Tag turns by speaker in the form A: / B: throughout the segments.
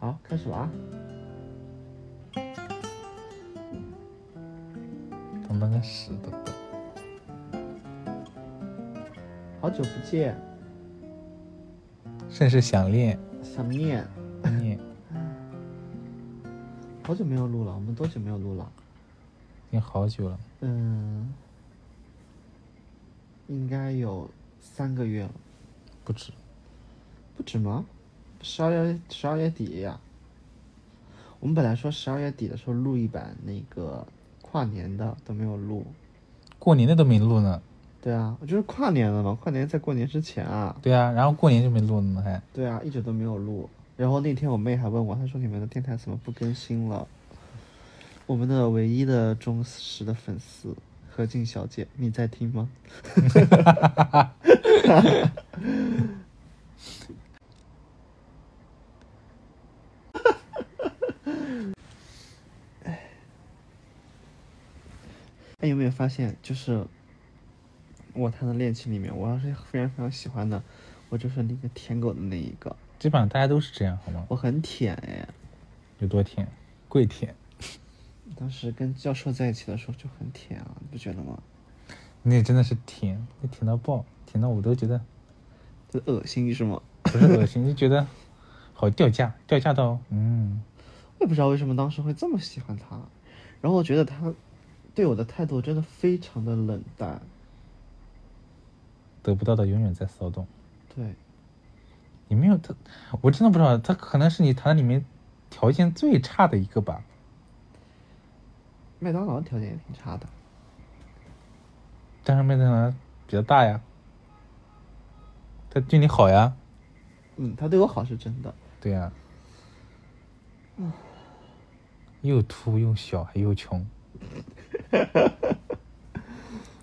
A: 好，开始了啊！
B: 等半个十的等，
A: 好久不见，
B: 甚是想念
A: 想念，
B: 念，
A: 好久没有录了，我们多久没有录了？
B: 已经好久了，
A: 嗯，应该有三个月了，
B: 不止。
A: 不止吗？十二月十二月底呀、我们本来说十二月底的时候录一版那个跨年的，都没有录。
B: 过年的都没录呢，
A: 对啊，我就是跨年了嘛，跨年在过年之前啊。
B: 对啊，然后过年就没录呢，还
A: 对啊，一直都没有录。然后那天我妹还问我，她说你们的电台怎么不更新了？我们的唯一的忠实的粉丝何静小姐，你在听吗？哎，有没有发现，就是我谈的恋情里面，我要是非常非常喜欢的，我就是那个舔狗的那一个，
B: 基本上大家都是这样，好吗？
A: 我很舔哎。
B: 有多甜，跪舔。
A: 当时跟教授在一起的时候就很舔啊，你不觉得吗？
B: 你也真的是甜，那甜到爆，甜到我都觉得
A: 就恶心是吗？
B: 不是恶心，就觉得好掉价，掉价到嗯，
A: 我也不知道为什么当时会这么喜欢他，然后我觉得他对我的态度真的非常的冷淡，
B: 得不到的永远在骚动。
A: 对，
B: 你没有他，我真的不知道，他可能是你谈的里面条件最差的一个吧。
A: 麦当劳条件也挺差的，
B: 但是麦当劳比较大呀，他对你好呀，
A: 嗯，他对我好是真的，
B: 对呀、
A: 嗯
B: 又秃又小还又穷，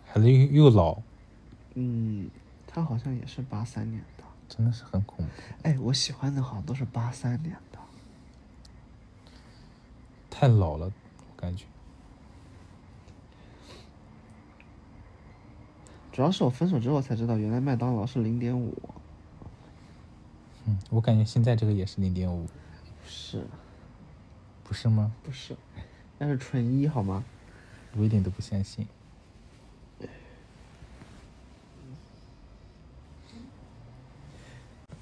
B: 还是又又老，
A: 嗯，他好像也是八三年的，
B: 真的是很恐怖，
A: 哎，我喜欢的好像都是八三年的，
B: 太老了，我感觉。
A: 主要是我分手之后才知道，原来麦当劳是零点五，
B: 嗯，我感觉现在这个也是零点五，
A: 是
B: 不是吗？
A: 不是？那是纯一好吗？
B: 我一点都不相信。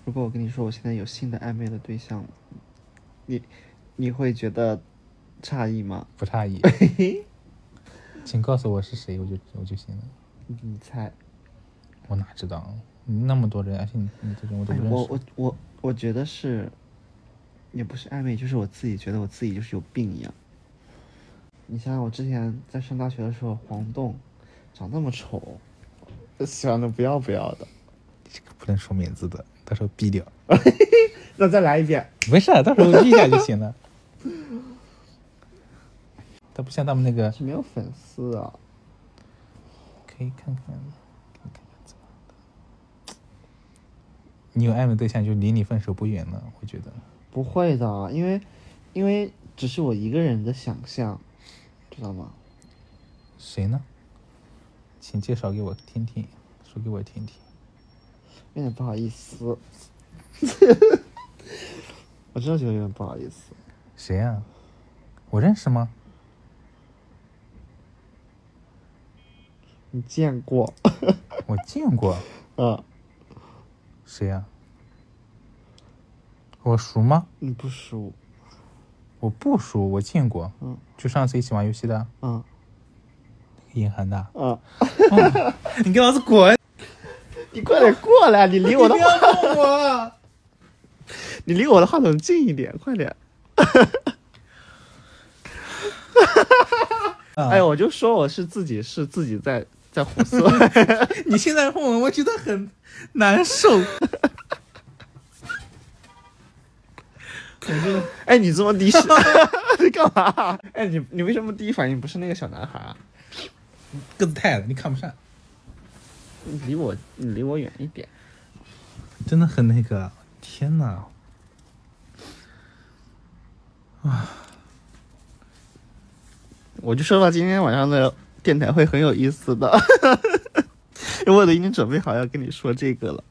A: 如果我跟你说我现在有新的暧昧的对象，你你会觉得诧异吗？
B: 不诧异。 请告诉我是谁，我就我就行了。
A: 你猜？
B: 我哪知道啊？那么多人，而且你你这种我都
A: 哎
B: 不，认识。
A: 我我我我觉得是，也不是暧昧，就是我自己觉得我自己就是有病一样。你想想，我之前在上大学的时候，黄栋长那么丑，喜欢的不要不要的。
B: 这个不能说名字的，到时候毙掉。
A: 那再来一遍。
B: 没事儿，到时候毙掉就行了。 他不像他们那个，
A: 没有粉丝啊，
B: 可以看看，可以看看怎么的你有暧昧对象，就离你分手不远了。我觉得
A: 不会的，啊因为因为只是我一个人的想象，知道吗？
B: 谁呢？请介绍给我听听，说给我听听。
A: 有点不好意思， 我真的觉得有点不好意思。
B: 谁呀、我认识吗？
A: 你见过？
B: 我见过。
A: 嗯，
B: 谁呀、我熟吗？
A: 你不熟？
B: 我不熟，我见过。
A: 嗯，
B: 就上次一起玩游戏的，
A: 嗯
B: 啊隐含的。啊
A: 嗯，
B: 你给老子滚！
A: 你快点过来！你离我的
B: 不要碰我！
A: 你离我的话筒近一点，快 点！哎呀，我就说我是自己是自己在在胡思乱想。
B: 你现在碰我，我觉得很难受。
A: 哎，你这么低声，你干嘛？哎，你你为什么第一反应不是那个小男孩啊？
B: 个子太矮了，你看不上。
A: 你离我你离我远一点。
B: 真的很那个，天哪！啊，
A: 我就说到今天晚上的电台会很有意思的， 因为我都已经准备好要跟你说这个了，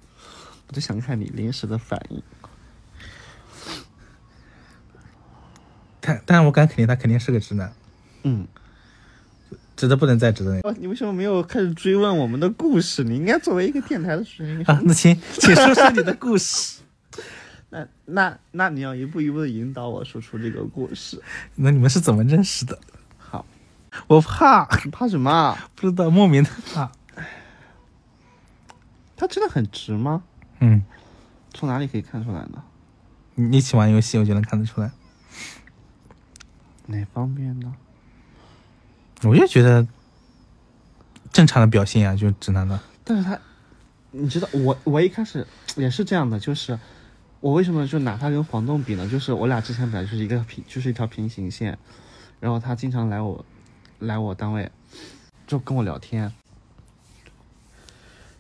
A: 我就想看你临时的反应。
B: 但但我敢肯定他肯定是个直男，
A: 嗯，
B: 直的不能再直的那种
A: 哦哇，你为什么没有开始追问我们的故事？你应该作为一个电台的主持人，应该说
B: 啊。那请请说说你的故事。
A: 那那那你要一步一步的引导我说出这个故事。
B: 那你们是怎么认识的？
A: 好，
B: 我怕，
A: 你怕什么啊？
B: 不知道莫名的怕。
A: 他真的很直吗？
B: 嗯，
A: 从哪里可以看出来呢？
B: 你你一起玩游戏我就能看得出来。
A: 哪方面呢？
B: 我就觉得正常的表现啊，就是直男的。
A: 但是他，你知道我我一开始也是这样的，就是我为什么就拿他跟黄栋比呢？就是我俩之前本来就是一个平，就是一条平行线，然后他经常来我来我单位，就跟我聊天，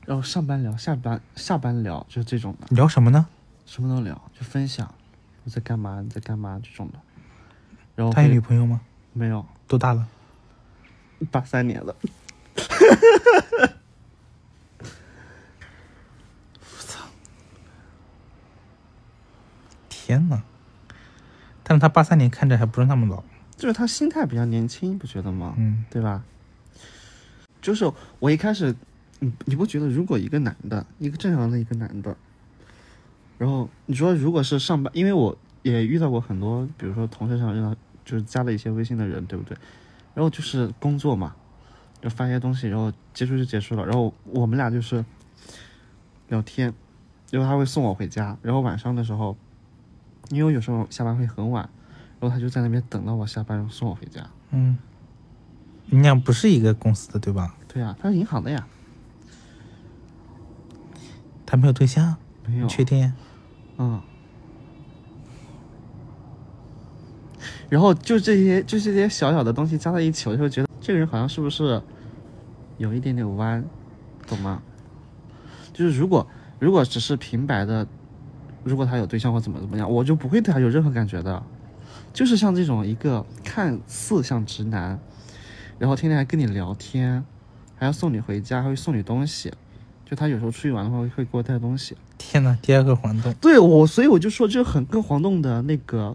A: 然后上班聊，下班下班聊，就这种的，
B: 聊什么呢？
A: 什么都聊，就分享我在干嘛，你在干嘛这种的。然后
B: 他有
A: 会
B: 女朋友吗？
A: 没有
B: 多大了？
A: 八三年的，
B: 天呐！但是他八三年看着还不是那么老。
A: 就是他心态比较年轻，不觉得吗？
B: 嗯
A: 对吧？就是我一开始，你你不觉得如果一个男的，一个正常的一个男的，然后你说如果是上班，因为我也遇到过很多，比如说同事上遇到，就是加了一些微信的人，对不对？然后就是工作嘛，就发一些东西，然后结束就结束了。然后我们俩就是聊天，然后他会送我回家，然后晚上的时候，因为我有时候下班会很晚，然后他就在那边等到我下班，然后送我回家。
B: 嗯，你俩不是一个公司的对吧？
A: 对呀、他是银行的呀，
B: 他没有对象，
A: 没有
B: 你确定？
A: 嗯，然后就这些，就这些小小的东西加在一起，我就会觉得这个人好像是不是有一点点弯，懂吗？就是如果如果只是平白的，如果他有对象或怎么怎么样，我就不会对他有任何感觉的。就是像这种一个看似像直男，然后天天还跟你聊天，还要送你回家，还会送你东西，就他有时候出去玩的话会会给我带东西。
B: 天呐，第二个黄东，
A: 对我，所以我就说这很跟黄栋的那个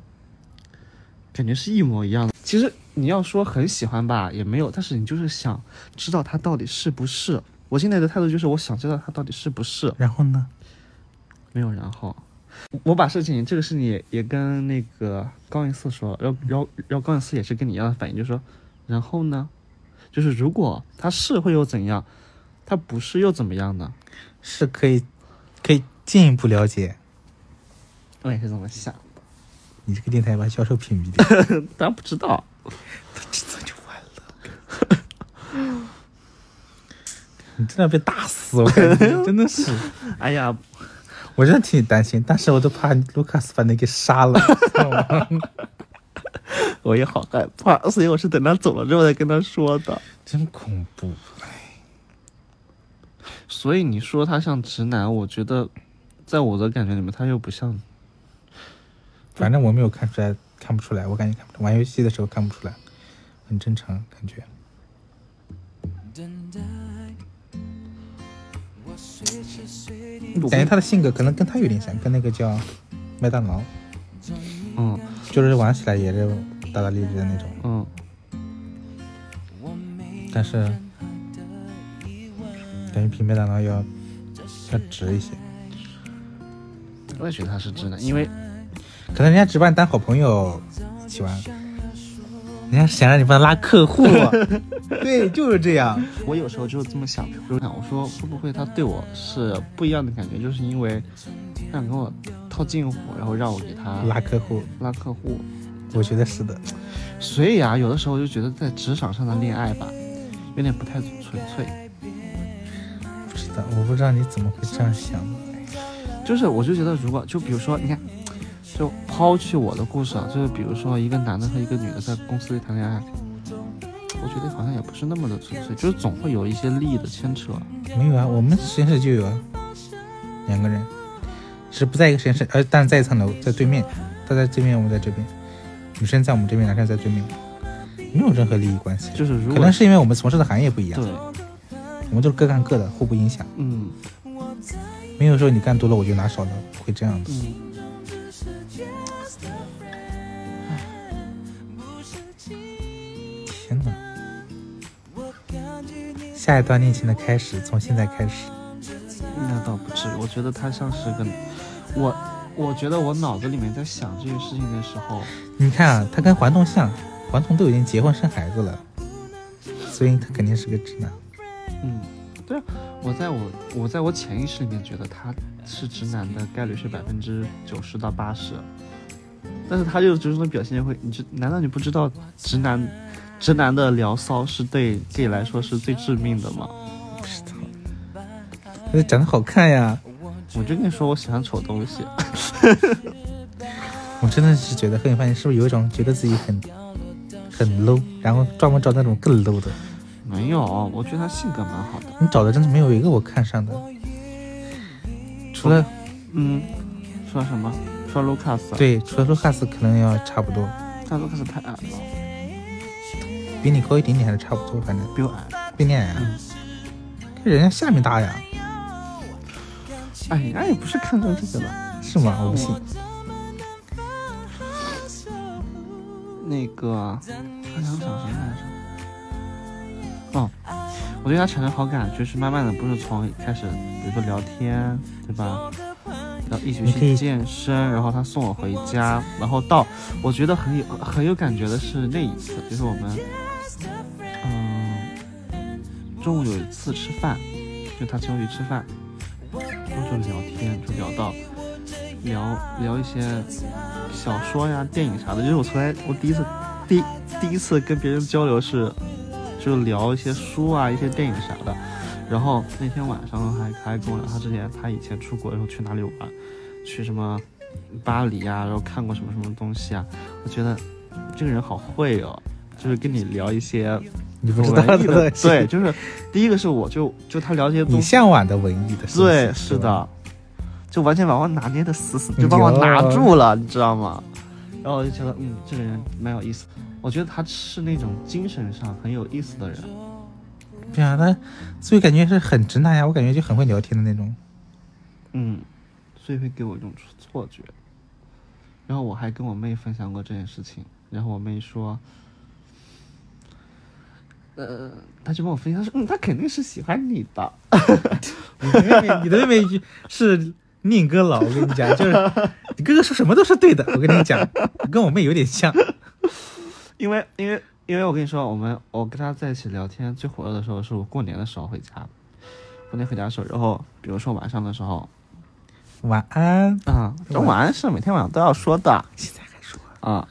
A: 感觉是一模一样的。其实你要说很喜欢吧，也没有，但是你就是想知道他到底是不是。我现在的态度就是，我想知道他到底是不是。
B: 然后呢？
A: 没有然后，我把事情这个事情也也跟那个高云四说，然后然后然后高云四也是跟你一样的反应，就是说，然后呢，就是如果他是会又怎样，他不是又怎么样呢？
B: 是可以，可以进一步了解
A: 我也是这么想的，
B: 你这个电台把销售屏蔽掉，
A: 咱不知道。
B: 这就完了。 你真的要被打死，我感 觉真的是，
A: 哎呀，
B: 我真的替你担心，但是我都怕卢卡斯把你给杀了， 知道吗？
A: 我也好害怕，所以我是等他走了之后才跟他说的。
B: 真恐怖。哎
A: 所以你说他像直男，我觉得，在我的感觉里面，他又不像。
B: 反正我没有看出来，看不出来，我感觉看不出来。玩游戏的时候看不出来，很正常感觉。
C: 等待，我随时随地
A: 我
B: 感觉哎他的性格可能跟他有点像，跟那个叫麦当劳，
A: 嗯
B: 就是玩起来也是大大咧咧的那种。
A: 嗯，
C: 我没
B: 但是
C: 任何的疑问，
B: 感觉比麦当劳要
C: 这是
B: 要直一些，
A: 我也觉得他是直男，因为
B: 可能人家只把你当好朋友一起玩，人家想让你帮他拉客户，啊对，就是这样。
A: 我有时候就这么想，比如想我说会不会他对我是不一样的感觉，就是因为他想跟我套近乎，然后让我给他
B: 拉客户，
A: 拉客户。
B: 我觉得是的。
A: 所以啊，有的时候我就觉得在职场上的恋爱吧，有点不太纯粹。
B: 不知道，我不知道你怎么会这样想的。
A: 就是我就觉得，如果就比如说，你看，就抛去我的故事啊，就是比如说一个男的和一个女的在公司里谈恋爱，我觉得好像也不是那么的纯粹，就是总会有一些利益的牵扯。
B: 没有啊，我们实验室就有啊，两个人，是不在一个实验室，呃，但是在一层楼，在对面，他在这边，我们在这边，女生在我们这边，男生在对面，没有任何利益关系。
A: 就是如
B: 可
A: 果
B: 能是因为我们从事的行业不一样
A: 对，，
B: 我们都是各干各的，互不影响，
A: 嗯
B: 没有说你干多了我就
A: 嗯
B: 拿少了，不会这样的。
A: 嗯，
B: 下一段恋情的开始从现在开始。
A: 那倒不至于，我觉得他像是个我，我觉得我脑子里面在想这件事情的时候，
B: 你看啊，他跟环童像，环童都已经结婚生孩子了，所以他肯定是个直男。
A: 嗯，对啊，我在我我在我潜意识里面觉得他是直男的概率是百分之九十到八十，但是他就是就是那种表现会，你知难道你不知道直男直男的聊骚是对 gay 来说是最致命的吗？
B: 不知道，他长得好看呀，
A: 我就跟你说我喜欢丑东西，
B: 我真的是觉得贺云帆是不是有一种觉得自己很很 low，然后专门找那种更 low 的？
A: 没有，我觉得他性格蛮好的，
B: 你找的真的没有一个我看上的，除了
A: 嗯，说什么？说 Lucas，啊，
B: 对，除了卢卡斯可能要差不多，
A: 但 Lucas 太矮了，
B: 比你高一点点还是差不多，反正
A: 比我矮，
B: 变脸啊，可人家下面大呀，
A: 哎，人家也不是看中这个的，
B: 是吗？我不信。
A: 那个他想讲什么来着？哦，我对他产生好感，就是慢慢的，不是从开始，比如说聊天，对吧？然后一起
B: 你可以
A: 去健身，然后他送我回家，然后到我觉得很有很有感觉的是那一次，就是我们，嗯，中午有一次吃饭，就他请我去吃饭，然后就聊天，就聊到聊聊一些小说呀、电影啥的，就是我从来我第一次第第一次跟别人交流是，就聊一些书啊、一些电影啥的。然后那天晚上还还跟我聊他之前他以前出国的时候去哪里玩，去什么巴黎啊，然后看过什么什么东西啊。我觉得这个人好会哦，就是跟你聊一些
B: 你不知道
A: 文艺的，
B: 的，
A: 对，，就是第一个是我就就他聊这些东
B: 你
A: 西，
B: 向往的文艺的东西，
A: 对，是
B: 吧，
A: 的，就完全把我拿捏的死死，就把我拿住了，你知道吗？然后我就觉得，嗯，这个人蛮有意思。我觉得他是那种精神上很有意思的人，
B: 对啊，他所以感觉是很直男呀，我感觉就很会聊天的那种。
A: 嗯，所以会给我一种错觉。然后我还跟我妹分享过这件事情，然后我妹说，呃，她就帮我分析，她说，嗯，她肯定是喜欢你的。
B: 你的妹妹，你的妹妹是宁哥老，我跟你讲，就是你哥哥说什么都是对的，我跟你讲，跟我妹有点像。
A: 因为因为因为我跟你说，我们我跟他在一起聊天最火热的时候是我过年的时候回家，过年回家的时候，然后比如说晚上的时候，
B: 晚安，
A: 啊、这晚安是每天晚上都要说的
B: 现在还说，
A: 啊、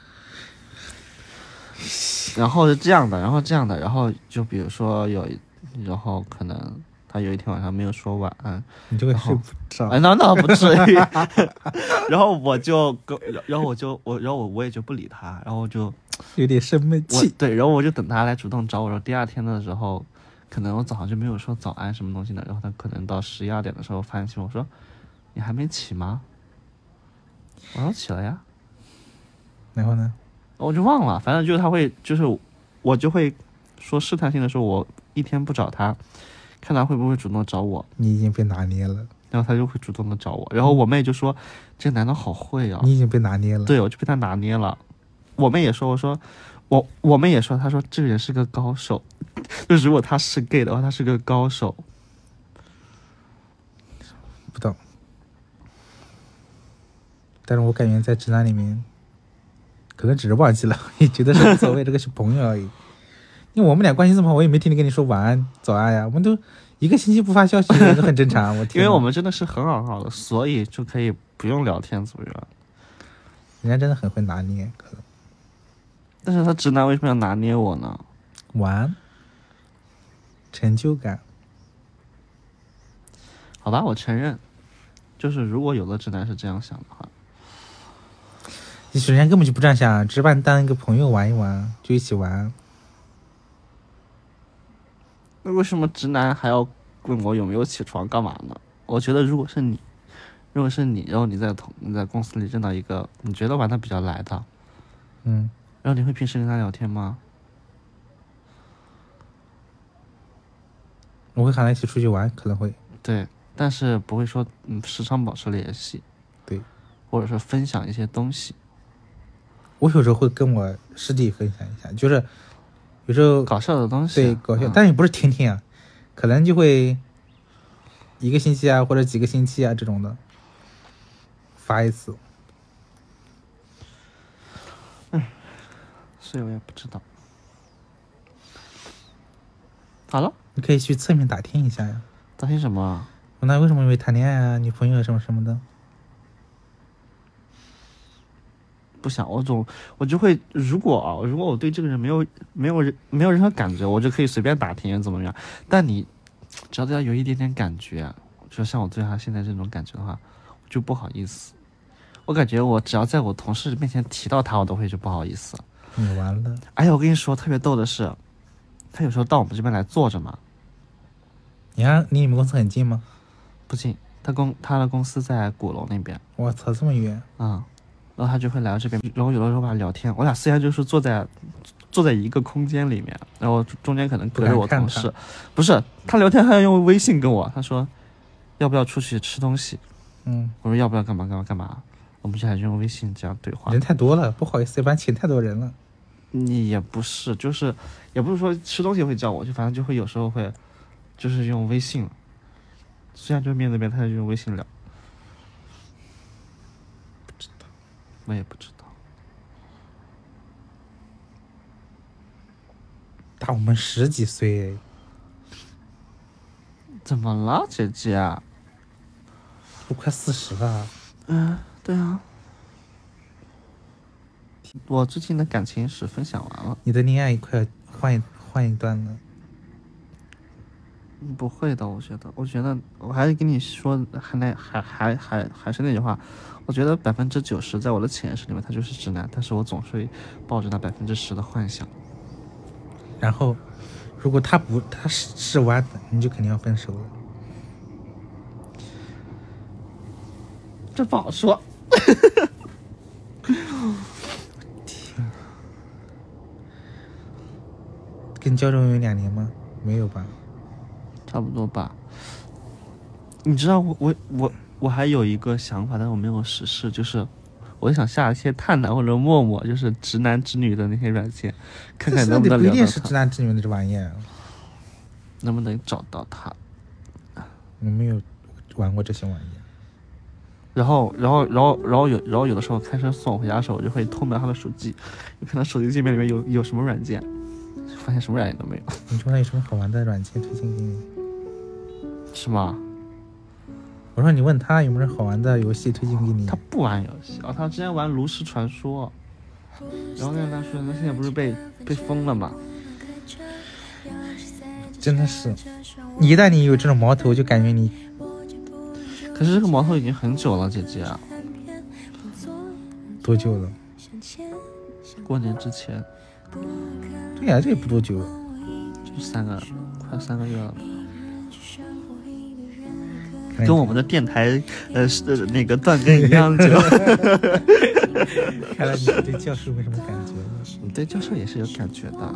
A: 然后是这样的，然后这样的，然后就比如说有一，然后可能他有一天晚上没有说晚安，
B: 你就会睡不着。
A: 哎，那那不至于。 然后我就跟，然后我就我，然后我我也就不理他，然后我就。
B: 有点生闷
A: 我
B: 气。
A: 对，然后我就等他来主动找我，然后第二天的时候，可能我早上就没有说早安什么东西呢，然后他可能到十一二点的时候发信息我说：“你还没起吗？”我说：“起了呀。哦
B: 然后呢，”
A: 我就忘了，反正就是他会，就是我就会说试探性的说，我一天不找他，看他会不会主动找我，
B: 你已经被拿捏了，
A: 然后他就会主动的找我，然后我妹就说：“这个男的好会啊。”
B: 你已经被拿捏了。
A: 对，我就被他拿捏了。我们也说，我说我我们也说，他说这个人是个高手， 就如果他是 gay 的话，他是个高手。
B: 不懂。但是我感觉在直男里面，可能只是忘记了，也觉得是无所谓，这个是朋友而已。因为我们俩关系这么好，我也没天天跟你说晚安、早安呀，我们都一个星期不 发消息都很正常。我
A: 因
B: 天
A: 为
B: 哪，
A: 我们真的是很好很好的，所以就可以不用聊天怎么样？
B: 人家真的很会拿捏，可能
A: 但是他直男为什么要拿捏我呢？
B: 晚安，成就感。
A: 好吧，我承认，就是如果有的直男是这样想的话，
B: 其实人家根本就不这样想，只是把你当一个朋友玩一玩，就一起玩。
A: 那为什么直男还要问我有没有起床干嘛呢？我觉得如果是你，如果是你，然后你在同你在公司里认到一个你觉得玩的比较来的，
B: 嗯，
A: 然后你会平时跟他聊天吗？
B: 我会喊他一起出去玩，可能会。
A: 对，但是不会说嗯时常保持联系，
B: 对，
A: 或者说分享一些东西，
B: 我有时候会跟我师弟分享一下，就是有时候
A: 搞笑的东西啊，
B: 对搞笑，
A: 嗯
B: 但也不是天天啊，可能就会一个星期啊，或者几个星期啊这种的发一次。
A: 所以我也不知道。咋了？
B: 你可以去侧面打听一下呀。
A: 担心什么啊？
B: 我那为什么没谈恋爱啊？女朋友什么什么的？
A: 不想，我总我就会，如果啊，如果我对这个人没有没有没有任何感觉，我就可以随便打听怎么样。但你只要对他有一点点感觉，啊就像我对他现在这种感觉的话，我就不好意思。我感觉我只要在我同事面前提到他，我都会就不好意思。啊
B: 你完了，
A: 哎呀，我跟你说，特别逗的是，他有时候到我们这边来坐着嘛，
B: 你看离你们公司很近吗？
A: 不近，他公他的公司在鼓楼那边。
B: 我操，这么远！
A: 啊、然后他就会来到这边，然后有的时候吧聊天，我俩虽然就是坐在坐在一个空间里面，然后中间可能隔着我
B: 不敢
A: 同
B: 看
A: 事，不是他聊天还要用微信跟我，他说要不要出去吃东西，
B: 嗯，
A: 我说要不要干嘛干嘛干嘛，我们就还用微信这样对话
B: 人。太多了，不好意思，一般请太多人了。
A: 你也不是，就是也不是说吃东西会叫我，就反正就会有时候会就是用微信，虽然就是面对面，他就用微信聊。不知道，我也不知道。
B: 大我们十几岁，
A: 怎么了，姐姐？啊
B: 都快四十了。
A: 对啊，我最近的感情史分享完了。
B: 你的恋爱快要换一换一段了，
A: 嗯不会的，我觉得，我觉得我还是跟你说，还那还还还还是那句话，我觉得百分之九十在我的潜意识里面他就是直男，但是我总是会抱着那百分之十的幻想。
B: 然后如果他不他是是弯的，你就肯定要分手了。
A: 这不好说。
B: 跟焦仲有两年吗？没有吧？
A: 差不多吧。你知道我我我我还有一个想法，但我没有实施，就是我想下一些探探或者陌陌，就是直男直女的那些软件，看看能
B: 不
A: 不能
B: 不一
A: 聊到
B: 定是直
A: 他，
B: 男直女的这玩意儿，啊
A: 能不能找到他。
B: 我没有玩过这些玩意儿。
A: 然后，然后，然后，然后有，然后有的时候开车送我回家的时候，我就会偷瞄他的手机，看他手机界面里面有有什么软件，发现什么软件都没有，
B: 你桌上有什么好玩的软件推荐给你？
A: 是吗？
B: 我说你问他有没有好玩的游戏推荐给你
A: 他？不玩游戏啊，他之前玩炉石传说，然后那个他说他现在不是被被封了嘛，
B: 真的是，一旦你有这种矛头，就感觉你
A: 可是这个矛头已经很久了，姐姐、啊
B: 多久了？
A: 过年之前
B: 对呀、这也不多久。
A: 就三个，快三个月了吧，
B: 看来
A: 跟我们的电台呃是呃那个断更一样久。
B: 看来你对教室没什么感觉了。
A: 你 对教授也是有感觉的，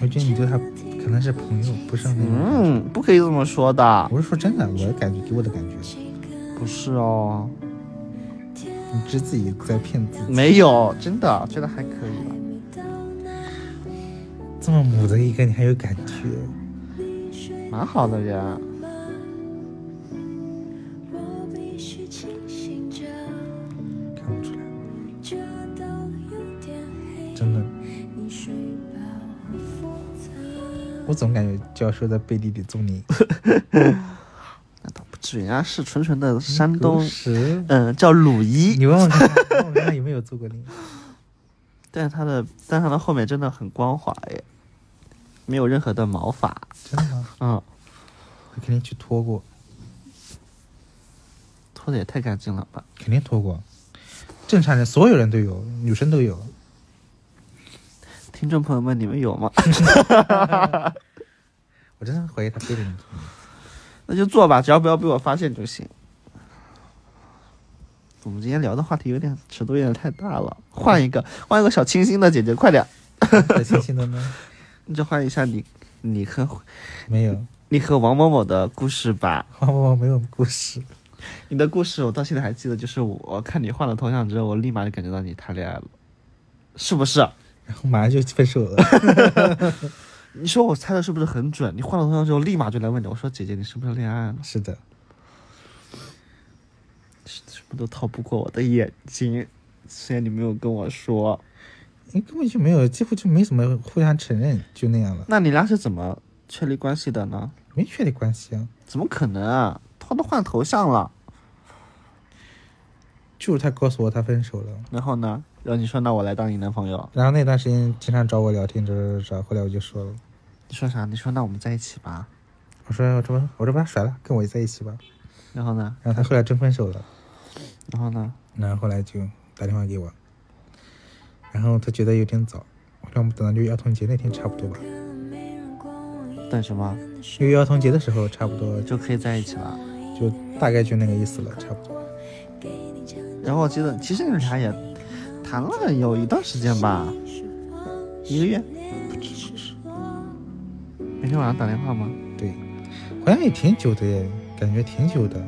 B: 我觉得你对他可能是朋友，不是很。
A: 嗯，不可以这么说的，
B: 我是说真的，我的感觉给我的感觉，
A: 不是哦，
B: 你只自己在骗自己。
A: 没有，真的觉得还可以吧。
B: 这么母的一个，你还有感觉？
A: 蛮好的呀。
B: 看不出来，真的。我总感觉教授在背地里揍你。
A: 那倒不至于，人家啊是纯纯的山东
B: 狗，屎
A: 嗯，叫鲁一，
B: 你问问看，问问看他有没有揍过你？
A: 但是他的但是他的后面真的很光滑耶，没有任何的毛发，
B: 真的吗？
A: 嗯，
B: 我肯定去拖过，
A: 脱的也太干净了吧。
B: 肯定拖过。正常人，所有人都有，女生都有。
A: 听众朋友们，你们有吗？
B: 我真的怀疑他背着你揍你。
A: 那就做吧，只要不要被我发现就行。我们今天聊的话题有点尺度有点太大了，换一个，换一个小清新的姐姐，快点，
B: 可清新的呢？
A: 你就换一下你你和
B: 没有，
A: 你和王某某的故事吧。
B: 我我没有故事。
A: 你的故事我到现在还记得，就是我看你换了头像之后，我立马就感觉到 你谈恋爱了，是不是？
B: 然后马上就分手了。
A: 你说我猜的是不是很准？你换了头像之后，立马就来问你，我说姐姐，你是不是恋爱了？
B: 是的，
A: 什么都逃不过我的眼睛。虽然你没有跟我说，
B: 你根本就没有，几乎就没怎么互相承认，就那样了，
A: 那你俩是怎么确立关系的呢？
B: 没确立关系啊。
A: 怎么可能啊？他都换头像了。
B: 就是他告诉我他分手了，
A: 然后呢？然后你说那我来当你男朋友，
B: 然后那段时间经常找我聊天，找找找，后来我就说了，
A: 你说啥？你说那我们在一起吧。
B: 我说我这不我这把他甩了，跟我在一起吧。
A: 然后呢？
B: 然后他后来真分手了，
A: 然后呢？
B: 然后后来就打电话给我，然后他觉得有点早，后来我们等到六一儿童节那天差不多吧，
A: 等什么？
B: 六一儿童节的时候差不多就
A: 就可以在一起了。
B: 就大概就那个意思了，差不多。
A: 然后我记得，其实你俩也谈了有一段时间吧，一个月。每天晚上打电话吗？
B: 对，好像也挺久的耶，感觉挺久的。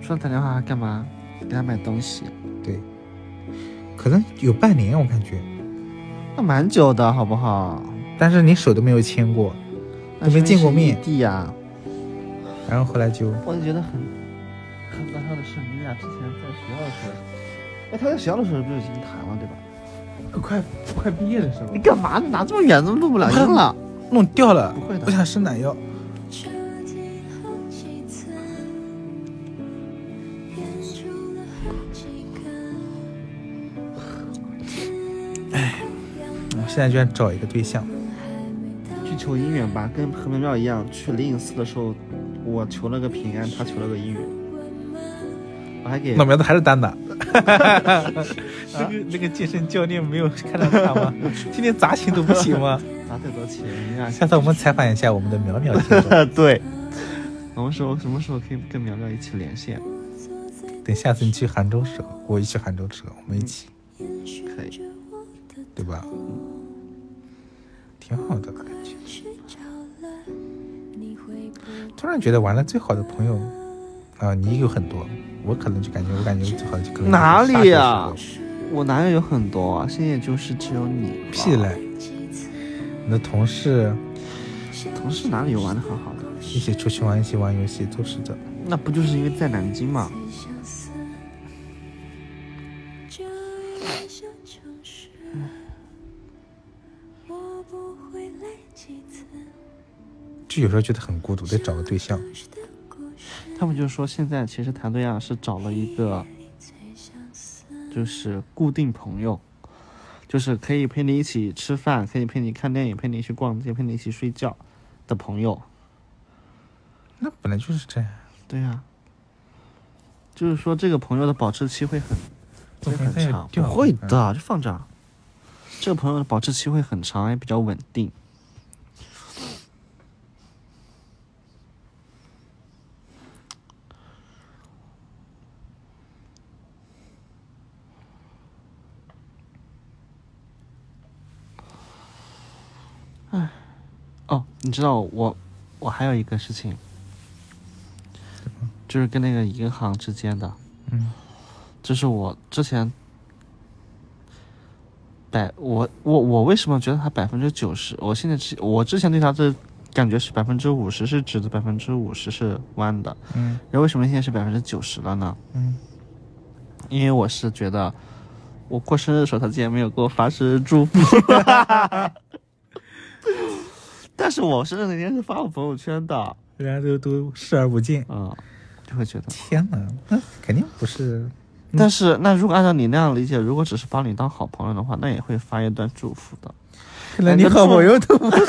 A: 说打电话干嘛？给他买东西，
B: 对，可能有半年我感觉，
A: 那蛮久的，好不好？
B: 但是连手都没有牵过。
A: 那
B: 没见过面
A: 地呀、
B: 然后后来就
A: 啊我就觉得很很搞笑的是，你啊俩之前在学校的时候，哎，他在学校的时候不就已经谈了对吧？
B: 快快毕业的时候
A: 你干嘛？你拿这么远，怎么录不了音了？
B: 弄掉了，
A: 不会的
B: 我想伸懒腰。我嗯现在就想找一个对象，
A: 去求姻缘吧，跟何文妙一样，去灵隐寺的时候，我求了个平安，他求了个姻缘，我还给
B: 老苗子还是 单的。那个那个健身教练没有看到他 吗？天天砸钱都不行吗？
A: 拿太多钱呀。
B: 下次我们采访一下我们的苗苗听众，
A: 对，我们说什么时候可以跟苗苗一起连线？
B: 等下次你去杭州的时候，我也去杭州的时候，我们一起，
A: 嗯可以，
B: 对吧？挺好的感觉。突然觉得玩的最好的朋友啊、你有很多，我可能就感觉我感觉最好的就可能
A: 哪里啊
B: 大学时
A: 呀
B: 候
A: 我男友有很多啊，现在也就是只有你吧
B: 屁嘞！你的同事
A: 同事哪里有玩的很好的？
B: 一起出去玩，一起玩游戏，都是的。
A: 那不就是因为在南京嘛？
B: 就有时候觉得很孤独，得找个对象。
A: 他们就说现在其实谈对象是找了一个，就是固定朋友，就是可以陪你一起吃饭，可以陪你看电影，陪你去逛街，陪你一起睡觉的朋友。
B: 那本来就是这样，
A: 对呀、就是说这个朋友的保质期会很
B: 怎
A: 会
B: 么
A: 很
B: 它也
A: 长，
B: 掉
A: 不
B: 了嗯
A: 会的，就放这儿。这个朋友的保质期会很长，也比较稳定。哎，哦，你知道我我还有一个事情，就是跟那个银行之间的，
B: 嗯，
A: 就是我之前百我我我为什么觉得他百分之九十？我现在之我之前对他的感觉是百分之五十是直的，百分之五十是弯的，
B: 嗯
A: 然后为什么现在是百分之九十了呢？
B: 嗯，
A: 因为我是觉得我过生日的时候，他竟然没有给我发生日祝 福。但是我生日那天是发我朋友圈的，啊、
B: 人家都都视而不见。
A: 就会觉得。
B: 天哪，那肯定不是。
A: 但是，那如果按照你那样理解，如果只是把你当好朋友的话，那也会发一段祝福的。哎
B: 连你好朋友都不是。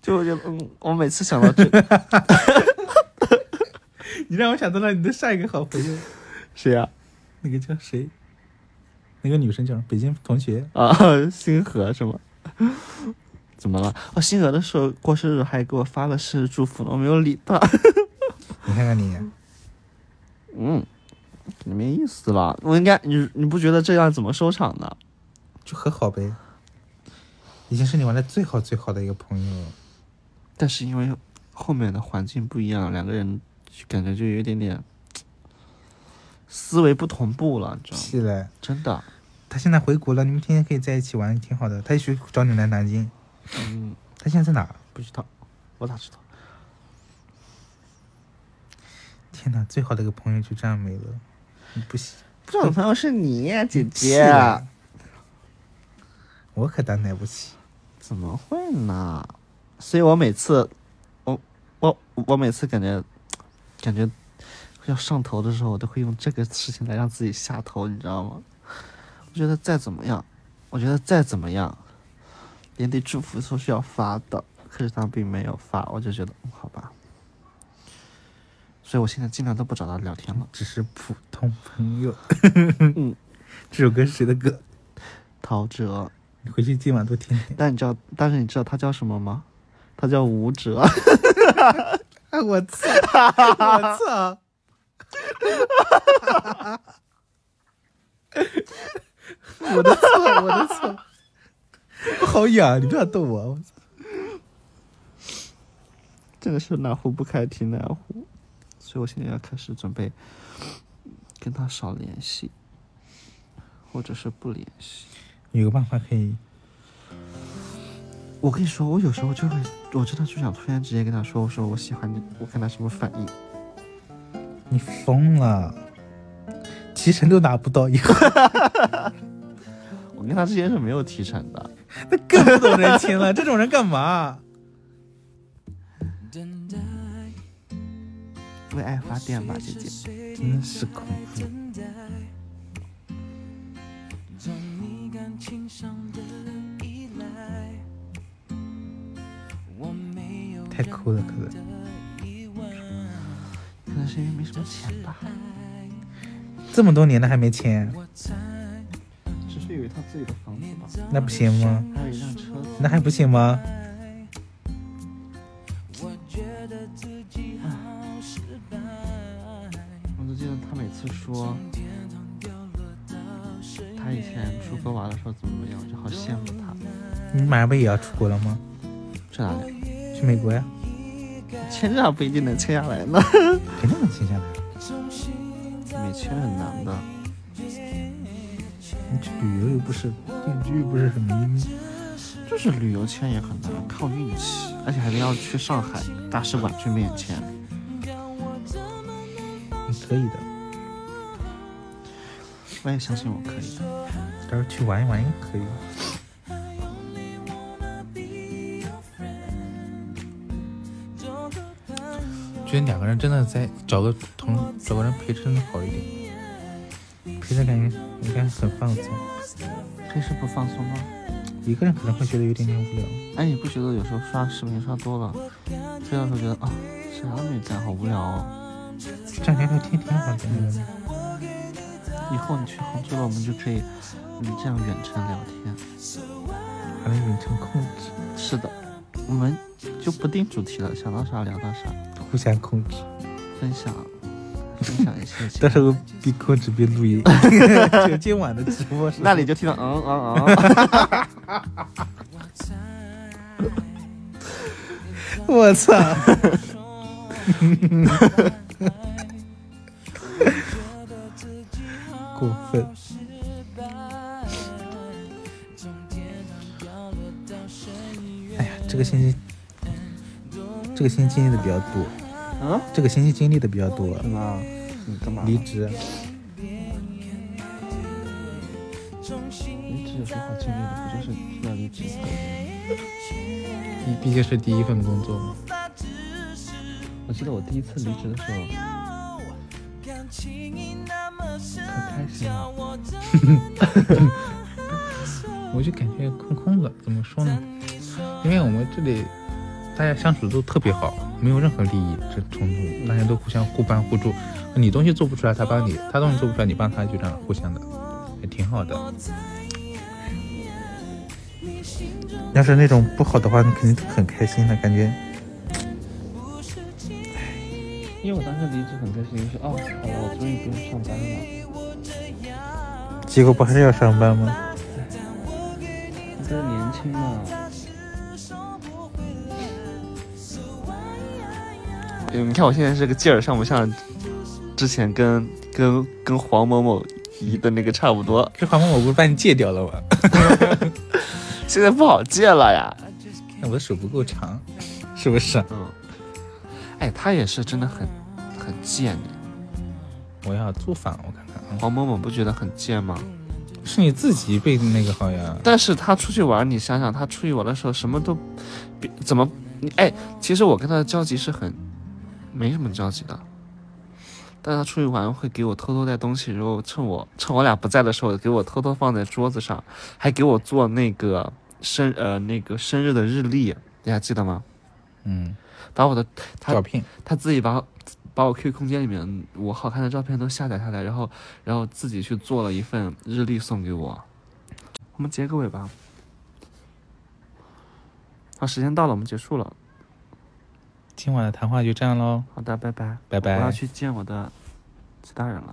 A: 就我觉得，嗯，我每次想到 这个
B: 你让我想到了你的上一个好朋友，
A: 谁呀、
B: 那个叫谁？那个女生叫什么北京同学。
A: 啊，星河是吗？ 怎么了？哦，星河的时候过生日还给我发了生日祝福呢，我没有理他。
B: 你看看你，
A: 嗯，你没意思了。我应该，你你不觉得这样怎么收场呢？
B: 就和好呗。已经是你玩的最好最好的一个朋友了。
A: 但是因为后面的环境不一样，两个人就感觉就有一点点思维不同步了，你知道吗？
B: 屁嘞！
A: 真的，
B: 他现在回国了，你们天天可以在一起玩，挺好的。他也许找你来南京，
A: 嗯，
B: 他现在在哪儿？
A: 不知道，我咋知道？
B: 天哪，最好的一个朋友就这样没了，你不行，
A: 这种朋友是你姐
B: 气
A: 姐，
B: 啊我可担待不起。
A: 怎么会呢？所以我每次，我我我每次感觉感觉要上头的时候，我都会用这个事情来让自己下头，你知道吗？我觉得再怎么样，我觉得再怎么样，连队祝福都是要发的，可是他并没有发，我就觉得、嗯好吧。所以我现在尽量都不找他聊天了。
B: 只是普通朋友。
A: 嗯，
B: 这首歌是谁的歌？
A: 陶喆，
B: 你回去今晚多听听。
A: 但你知道，但是你知道他叫什么吗？他叫吴哲。
B: 啊，我操！ 我操！我的错，我的错，我 好痒，啊你不要逗我！我操，
A: 真的是哪壶不开提哪壶，所以我现在要开始准备跟他少联系，或者是不联系。
B: 有个办法可以，
A: 我跟你说，我有时候就会，我真的就想突然直接跟他说，我说我喜欢你，我看他什么反应。
B: 你疯了，提成都拿不到，以后
A: 我跟他之间是没有提成的，
B: 那更不懂人情了。这种人干嘛？
C: 等待，
A: 为爱发电吧，姐姐。
B: 真是恐怖。
C: 等待，将你感情上的依赖，我没有
B: 太抠了，可能
C: 的疑问，
A: 可能是因为没什么钱吧，
C: 爱
B: 这么多年了还没签，
C: 我猜
A: 只是有一套自己的房子吧，
B: 那不行吗？
A: 还有一辆车子。
B: 那还不行吗？
C: 我觉得自己好失败，
A: 我就记得他每次说他以前出国玩的时候怎么怎么样，我就好羡慕他。
B: 你马上不也要出国了吗？
A: 这哪里？
B: 去美国呀？
A: 签证还啊不一定能签下来 呢。
B: 肯定能签下来。啊
A: 美签很难的。
B: 你去旅游又不是，定居又不是什么移民。
A: 就是旅游签也很难，靠运气，而且还得要去上海大使馆去面签。
B: 你可以的，
A: 我也相信我可以的。
B: 到时候去玩一玩也可以。觉得两个人真的在找个同找个人陪真的好一点，陪着感觉应该很放松。
A: 可以是不放松吗？
B: 一个人可能会觉得有点点无聊，
A: 哎，你不觉得有时候刷视频刷多了，睡觉的时候觉得啊，啥都没干，好无聊哦。
B: 这样聊聊天挺好的。
A: 以后你去杭州了，我们就可以，嗯，这样远程聊天。
B: 还能远程控制，
A: 是的，我们就不定主题了，想到啥聊到啥，
B: 互相控制，
A: 分享，分享一些情
B: 到
A: 感。
B: 时候边控制边 录音，就今晚的直播 是吧
A: 那你就听到嗯嗯嗯，
B: 我操！过分，哎呀，这个星期，这个星期经历的比较多，
A: 嗯，
B: 这个星期经历的比较多，
A: 什么？你干嘛？
B: 离职，啊
A: 离职有什么好经历的？不就是知道离职？
B: 你毕竟是第一份工作嘛，
A: 我记得我第一次离职的时候，可开心啊了。
B: 我就感觉空空的，怎么说呢？因为我们这里大家相处都特别好，没有任何利益这冲突，大家都互相互帮互助。你东西做不出来，他帮你；他东西做不出来，你帮他，就这样互相的，也挺好的。要是那种不好的话，你肯定很开心的感觉。
A: 因为我当时离职很开心，就说哦，好了，我终于不用上班了。
B: 结果不还是要上班吗？
A: 你这年轻嘛。嗯你看我现在这个劲儿，像不像之前跟跟跟黄某某一的那个差不多，
B: 这黄蜂我不是把你戒掉了吗？
A: 现在不好戒了呀。
B: 那我的手不够长，是不是？
A: 嗯，哎，他也是真的很很贱的。
B: 我要租房，我看看啊，
A: 黄某某不觉得很贱吗？
B: 是你自己被那个好呀？
A: 但是他出去玩，你想想，他出去玩的时候什么都，别怎么，你哎，其实我跟他的交集是很没什么交集的，但是他出去玩会给我偷偷带东西，然后趁我趁我俩不在的时候给我偷偷放在桌子上，还给我做那个生呃那个生日的日历，你还记得吗？
B: 嗯，
A: 把我的他
B: 照片
A: 他自己把我把我 QQ 空间里面我好看的照片都下载下来，然后然后自己去做了一份日历送给我。我们结个尾吧。好，时间到了，我们结束了。
B: 今晚的谈话就这样喽，
A: 好的，拜拜。
B: 拜
A: 我
B: 拜
A: 要。去见我的其他人了。